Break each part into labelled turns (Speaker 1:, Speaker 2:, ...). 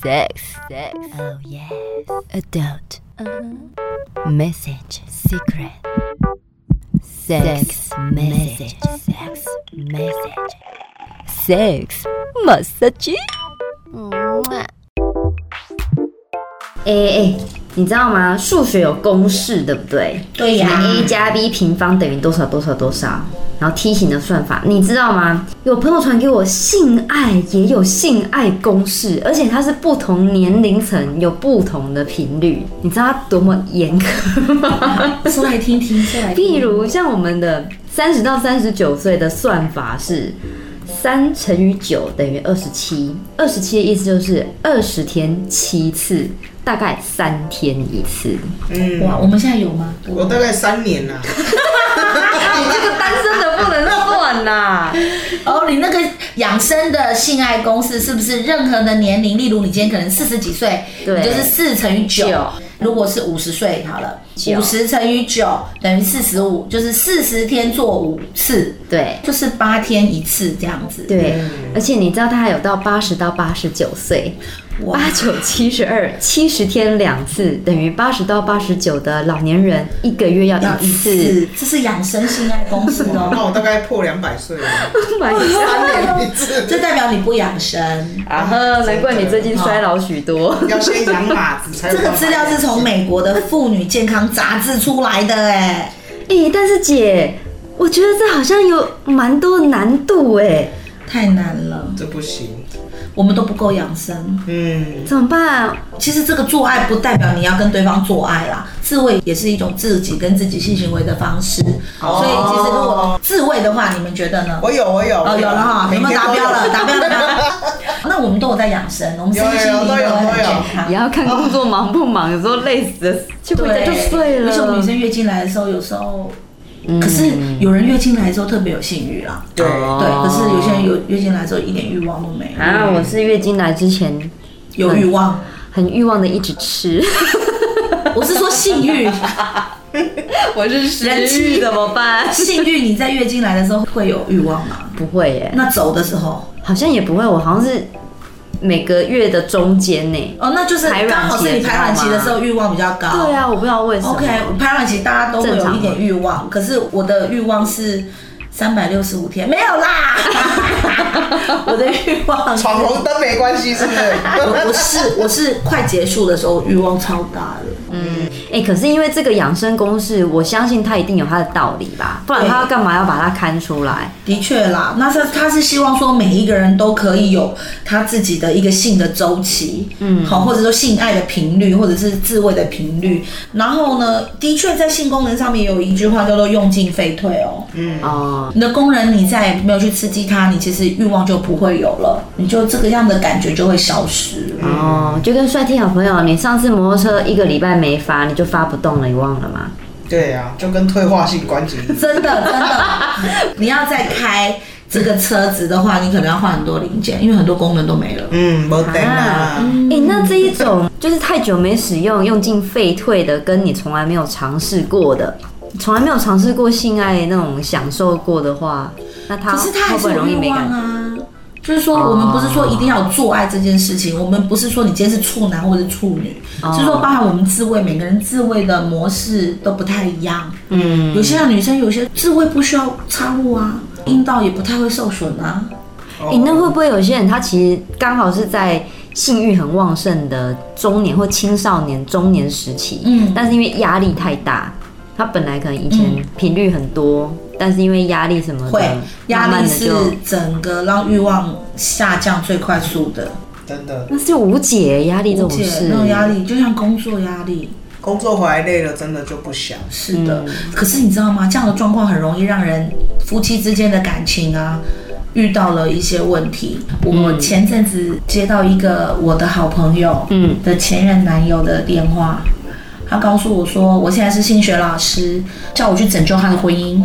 Speaker 1: Sex, sex. Oh yes. Uh-huh. Adult. Message, secret. Sex, message, sex, message. Sex, massage.
Speaker 2: 哎哎，你知道吗？数学有公式，对不对？
Speaker 3: 对呀
Speaker 2: 什么 a 加 b 平方等于多少多少多少，然后梯形的算法，你知道吗？有朋友传给我性爱也有性爱公式，而且它是不同年龄层有不同的频率，你知道它多么严苛吗？
Speaker 3: 说来听听，说来听。
Speaker 2: 譬如像我们的三十到三十九岁的算法是三乘以九等于二十七，二十七的意思就是二十天七次，大概三天一次。
Speaker 4: 嗯，
Speaker 3: 哇，我们现在有吗？
Speaker 4: 我大概三 年了，
Speaker 2: 你这个单身的不能算呐、
Speaker 3: 哦，你那个养生的性爱公式是不是任何的年龄？例如你今天可能四十几岁，
Speaker 2: 对
Speaker 3: 你就是四乘以九
Speaker 2: 九。
Speaker 3: 如果是五十岁好了，
Speaker 2: 九
Speaker 3: 五十乘以九等于四十五，就是四十天做五次，
Speaker 2: 对
Speaker 3: 就是八天一次这样子。，
Speaker 2: 对，而且你知道他还有到八十到八十九岁，
Speaker 3: 哇
Speaker 2: 八九七十二，七十天两次，等于八十到八十九的老年人一个月要
Speaker 3: 要
Speaker 2: 一
Speaker 3: 一
Speaker 2: 次。
Speaker 3: 次，这是养生性爱公式哦。
Speaker 4: 那我大概破两百岁 了，
Speaker 2: Oh My God
Speaker 4: 三年一次，
Speaker 3: 这代表你不养生。
Speaker 2: 啊呵，难怪你最近衰老许多。
Speaker 4: 要先养马子才有
Speaker 3: 这
Speaker 4: 办法
Speaker 3: 个资料是从美国的妇女健康杂志出来的哎。
Speaker 2: 诶、但是姐，我觉得这好像有蛮多难度哎诶，
Speaker 3: 太难了，
Speaker 4: 这不行，
Speaker 3: 我们都不够养生。
Speaker 4: 嗯，
Speaker 2: 怎么办？
Speaker 3: 其实这个做爱不代表你要跟对方做爱啦，自慰也是一种自己跟自己性行为的方式。所以其实如果自慰的话，你们觉得呢？
Speaker 4: 哦我有我有，
Speaker 3: 哦，有了哈，
Speaker 4: 每
Speaker 3: 有没有
Speaker 4: 天
Speaker 3: 达
Speaker 4: 都
Speaker 3: 标了？达标了吗？那我们都有在养生，我们身心灵都很健康
Speaker 2: 也。要看工作忙不忙，有时候累死了，就回家就睡了。
Speaker 3: 而且我们女生月经来的时候，有时候，
Speaker 4: 嗯
Speaker 3: 可是有人月经来的时候特别有性欲啦。
Speaker 4: 对，
Speaker 3: 对，可是有些人有月经来的时候一点欲望都没有，
Speaker 2: 啊，我是月经来之前
Speaker 3: 有欲望。
Speaker 2: 很欲望的一直吃，
Speaker 3: 我是说性欲，
Speaker 2: 我是
Speaker 3: 人
Speaker 2: 食欲
Speaker 3: 妻
Speaker 2: 怎么 办？
Speaker 3: 性欲你在月经来的时候会有欲望 吗？
Speaker 2: 不会耶，
Speaker 3: 那走的时候，
Speaker 2: 好像也不会，我好像是每个月的中间呢。
Speaker 3: 哦，那就是
Speaker 2: 排
Speaker 3: 刚
Speaker 2: 卵期
Speaker 3: 好是你排卵期的时候欲望比较高。
Speaker 2: 对啊，我不知道为什么。
Speaker 3: ，OK，排卵期大家都会有一点欲望，可是我的欲望是三百六十五天没 有啦，我的欲望
Speaker 4: 闯红灯没关系，是不是？
Speaker 3: 我我是我是快结束的时候欲望超大的，
Speaker 2: 哎、可是因为这个养生公式，我相信它一定有它的道理吧，不然
Speaker 3: 对
Speaker 2: 他要干嘛要把它刊出来？
Speaker 3: 的确啦，那是他是希望说每一个人都可以有他自己的一个性的周期，嗯，好，或者说性爱的频率，或者是自慰的频率。然后呢，的确在性功能上面有一句话叫做“用进废退”哦，
Speaker 2: 哦，
Speaker 3: 你的功能你再也没有去刺激它，你其实欲望就不会有了，你就这个样的感觉就会消失了。
Speaker 2: 哦，就跟帅天小朋友，你上次摩托车一个礼拜没发，你就发不动了，你忘了吗？
Speaker 4: 对啊，就跟退化性关节炎，
Speaker 3: 真的真的，你要再开这个车子的话，你可能要换很多零件，因为很多功能都没了。
Speaker 4: 嗯，没等
Speaker 2: 啊
Speaker 4: 啊，
Speaker 3: 嗯
Speaker 2: 哎、那这一种就是太久没使用，用尽废退的，跟你从来没有尝试过的，从来没有尝试过性爱那种享受过的话，那它
Speaker 3: 可是他还
Speaker 2: 会不会
Speaker 3: 是有
Speaker 2: 容易
Speaker 3: 欲
Speaker 2: 没
Speaker 3: 望
Speaker 2: 感觉？哦
Speaker 3: 啊。就是说，我们不是说一定要有做爱这件事情，我们不是说你今天是处男或者处女，
Speaker 2: 哦
Speaker 3: 就是说包含我们自慰，每个人自慰的模式都不太一样。
Speaker 2: 嗯，
Speaker 3: 有些女生有些自慰不需要插入啊，阴道也不太会受损啊。
Speaker 4: 哦
Speaker 2: 哎、那会不会有些人他其实刚好是在性欲很旺盛的中年或青少年、中年时期，
Speaker 3: 嗯
Speaker 2: 但是因为压力太大，他本来可能以前频率很多，但是因为压力什么的，
Speaker 3: 会，压
Speaker 2: 慢慢
Speaker 3: 力
Speaker 2: 的
Speaker 3: 是
Speaker 2: 就
Speaker 3: 整个让欲望下降最快速的。
Speaker 4: 真的
Speaker 2: 那是无解压力这
Speaker 3: 无
Speaker 2: 种
Speaker 3: 解
Speaker 2: 事，
Speaker 3: 那种压力，就像工作压力，
Speaker 4: 工作回来累了，真的就不想，
Speaker 3: 是
Speaker 2: 嗯
Speaker 3: 的，可是你知道吗？这样的状况很容易让人夫妻之间的感情啊遇到了一些问题。我前阵子接到一个我的好朋友，
Speaker 2: 嗯
Speaker 3: 嗯，的前任男友的电话，他告诉我说，我现在是性学老师，叫我去拯救他的婚姻，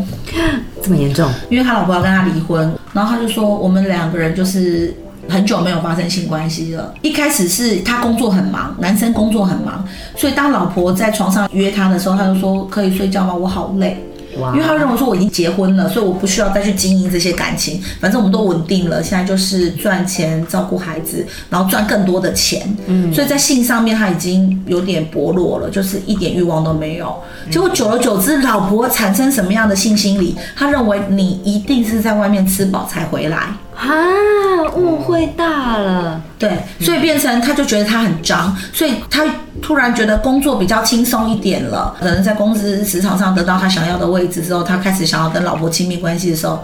Speaker 2: 这么严重。
Speaker 3: 因为他老婆要跟他离婚。然后他就说，我们两个人就是。很久没有发生性关系了。一开始是他工作很忙，男生工作很忙，所以当老婆在床上约他的时候，他就说可以睡觉吗？我好累。
Speaker 2: 哇
Speaker 3: 因为他认为说我已经结婚了，所以我不需要再去经营这些感情，反正我们都稳定了，现在就是赚钱照顾孩子，然后赚更多的钱。嗯，所以在性上面他已经有点薄弱了，就是一点欲望都没有。结果久而久之，老婆产生什么样的性心理？他认为你一定是在外面吃饱才回来。
Speaker 2: 啊，误会大了，
Speaker 3: 对，
Speaker 2: 嗯
Speaker 3: 所以变成他就觉得他很脏，所以他突然觉得工作比较轻松一点了，可能在公司职场上得到他想要的位置之后，他开始想要跟老婆亲密关系的时候，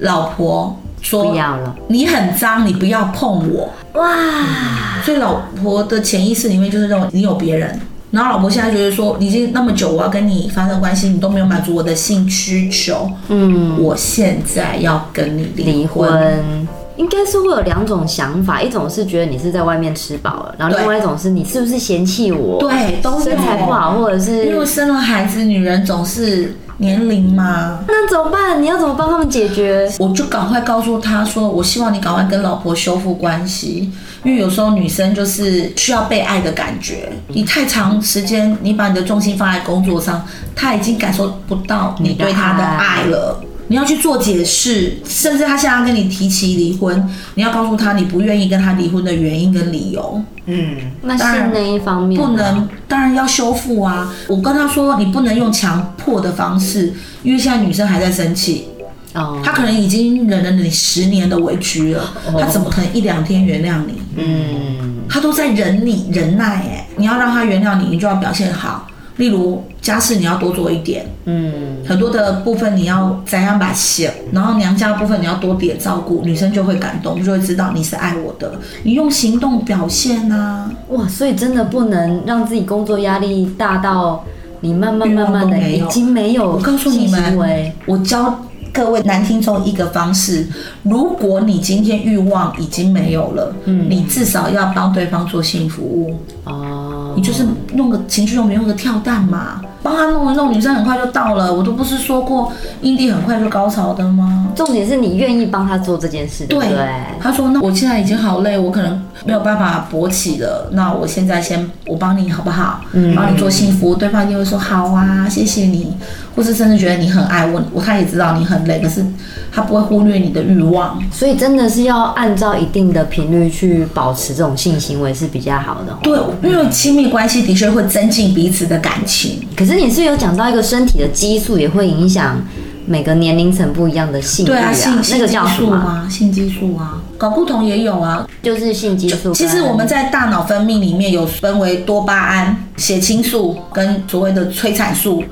Speaker 3: 老婆说
Speaker 2: 不要了，
Speaker 3: 你很脏，你不要碰我。
Speaker 2: 哇，啊
Speaker 3: 所以老婆的潜意识里面就是认为你有别人，然后老婆现在觉得说，你已经那么久我要跟你发生关系，你都没有满足我的性需求，
Speaker 2: 嗯，
Speaker 3: 我现在要跟你
Speaker 2: 离
Speaker 3: 离婚。
Speaker 2: 婚。应该是会有两种想法，一种是觉得你是在外面吃饱了，然后另
Speaker 3: 对
Speaker 2: 外一种是你是不是嫌弃我，
Speaker 3: 对都有
Speaker 2: 身材不好，或者是
Speaker 3: 因为生了孩子，女人总是年龄嘛，
Speaker 2: 那怎么办？你要怎么帮他们解决？
Speaker 3: 我就赶快告诉他说，我希望你赶快跟老婆修复关系，因为有时候女生就是需要被爱的感觉。你太长时间，你把你的重心放在工作上，她已经感受不到你对她的爱了。你要去做解释，甚至她现在跟你提起离婚，你要告诉她你不愿意跟她离婚的原因跟理由。
Speaker 4: 嗯，
Speaker 2: 那
Speaker 3: 当然
Speaker 2: 性那一方面呢
Speaker 3: 不能，当然要修复啊！我跟他说，你不能用强迫的方式，因为现在女生还在生气，
Speaker 2: 哦，
Speaker 3: 她可能已经忍了你十年的委屈了，她怎么可能一两天原谅你？
Speaker 2: 嗯，
Speaker 3: 她都在忍你忍耐哎、你要让她原谅你，你就要表现好。例如家事你要多做一点，
Speaker 2: 嗯，
Speaker 3: 很多的部分你要怎样把写，然后娘家的部分你要多点照顾，女生就会感动，就会知道你是爱我的。你用行动表现啊，
Speaker 2: 哇，所以真的不能让自己工作压力大到你慢慢慢慢的
Speaker 3: 欲望都没
Speaker 2: 已
Speaker 3: 有
Speaker 2: 经没有
Speaker 3: 我告诉
Speaker 2: 性
Speaker 3: 你
Speaker 2: 行
Speaker 3: 们
Speaker 2: 为，
Speaker 3: 我教各位男听众一个方式：如果你今天欲望已经没有了，你至少要帮对方做性服务，
Speaker 2: 哦，
Speaker 3: 你就是弄个情趣用品，用个跳蛋嘛，帮他弄一弄，女生很快就到了。我都不是说过阴蒂很快就高潮的吗？
Speaker 2: 重点是你愿意帮他做这件事，对不
Speaker 3: 对
Speaker 2: 对？，
Speaker 3: 他说：“那我现在已经好累，我可能没有办法勃起了。那我现在先我帮你好不好？
Speaker 2: 嗯
Speaker 3: 帮你做幸福。”对方一定会说：“好啊，谢谢你。”或是甚至觉得你很爱我，我他也知道你很累，可是他不会忽略你的欲望。
Speaker 2: 所以真的是要按照一定的频率去保持这种性行为是比较好的哦。
Speaker 3: 对，因为亲密关系的确会增进彼此的感情。
Speaker 2: 可是你是有讲到一个身体的激素也会影响每个年龄层不一样的性欲
Speaker 3: 对啊，性
Speaker 2: 那个
Speaker 3: 性
Speaker 2: 叫
Speaker 3: 激
Speaker 2: 什
Speaker 3: 素
Speaker 2: 么？
Speaker 3: 啊，性激素啊，睾固酮也有啊，
Speaker 2: 就是性激素跟。
Speaker 3: 其实我们在大脑分泌里面有分为多巴胺、血清素跟所谓的催产素。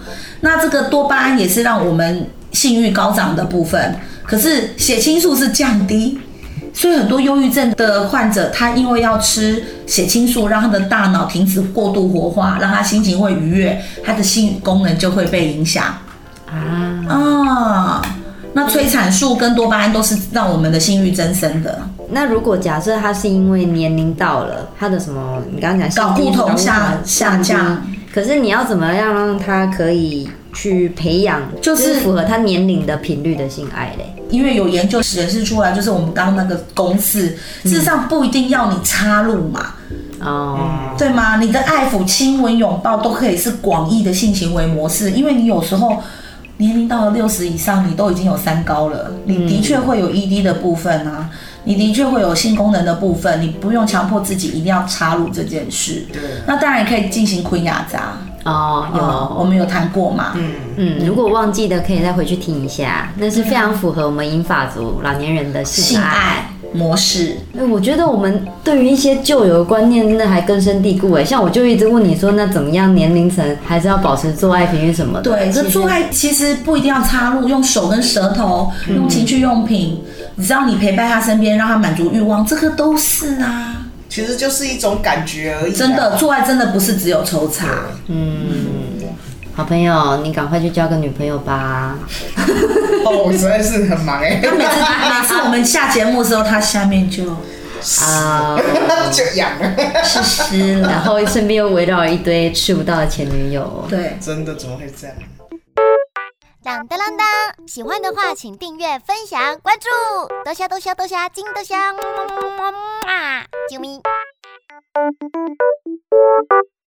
Speaker 3: 那这个多巴胺也是让我们性欲高涨的部分，可是血清素是降低。所以很多忧郁症的患者，他因为要吃血清素，让他的大脑停止过度活化，让他心情会愉悦，他的性功能就会被影响。
Speaker 2: 啊，
Speaker 3: 啊，那催产素跟多巴胺都是让我们的性欲增生的。
Speaker 2: 那如果假设他是因为年龄到了，他的什么？你刚刚讲
Speaker 3: 睾固
Speaker 2: 性
Speaker 3: 酮
Speaker 2: 激素
Speaker 3: 下下降，
Speaker 2: 可是你要怎么样让他可以去培养，
Speaker 3: 就是
Speaker 2: 符合他年龄的频率的性爱嘞？
Speaker 3: 因为有研究显示出来，就是我们刚刚那个公式，事实上不一定要你插入嘛，
Speaker 2: 哦，
Speaker 3: 对吗？你的爱抚、亲吻、拥抱都可以是广义的性行为模式，因为你有时候年龄到了六十以上，你都已经有三高了，你的确会有 ED 的部分啊，你的确会有性功能的部分，你不用强迫自己一定要插入这件事。
Speaker 4: 对，啊
Speaker 3: 那当然也可以进行昆雅扎，
Speaker 2: 哦，有。
Speaker 3: 呃我们有谈过嘛？
Speaker 4: 嗯，
Speaker 2: 嗯，如果忘记的可以再回去听一下，那是非常符合我们银发族老年人的性
Speaker 3: 性
Speaker 2: 爱。
Speaker 3: 爱模式，
Speaker 2: 哎我觉得我们对于一些旧有的观念，真的还根深蒂固哎。像我就一直问你说，那怎么样年龄层还是要保持做爱频率什么的？
Speaker 3: 对，这
Speaker 2: 其实
Speaker 3: 做爱其实不一定要插入，用手跟舌头，
Speaker 2: 嗯
Speaker 3: 用情趣用品，只要你陪伴他身边，让他满足欲望，这个都是啊。
Speaker 4: 其实就是一种感觉而已、啊
Speaker 3: 真的，，做爱真的不是只有抽插，
Speaker 2: 好朋友，你赶快去交个女朋友吧。
Speaker 4: 哦，我实在是很忙哎、
Speaker 3: 他每次每次我们下节目的时候，他下面就
Speaker 2: 啊、
Speaker 4: 就痒了，
Speaker 3: 湿湿
Speaker 2: 然
Speaker 3: 了。
Speaker 2: 后身边又围绕一堆吃不到的前女友。
Speaker 3: 对，
Speaker 4: 真的怎么会这样？
Speaker 5: 当当当当！喜欢的话，请订阅、分享、关注，多虾多虾多虾，金多虾，么么么么么啊！啾咪。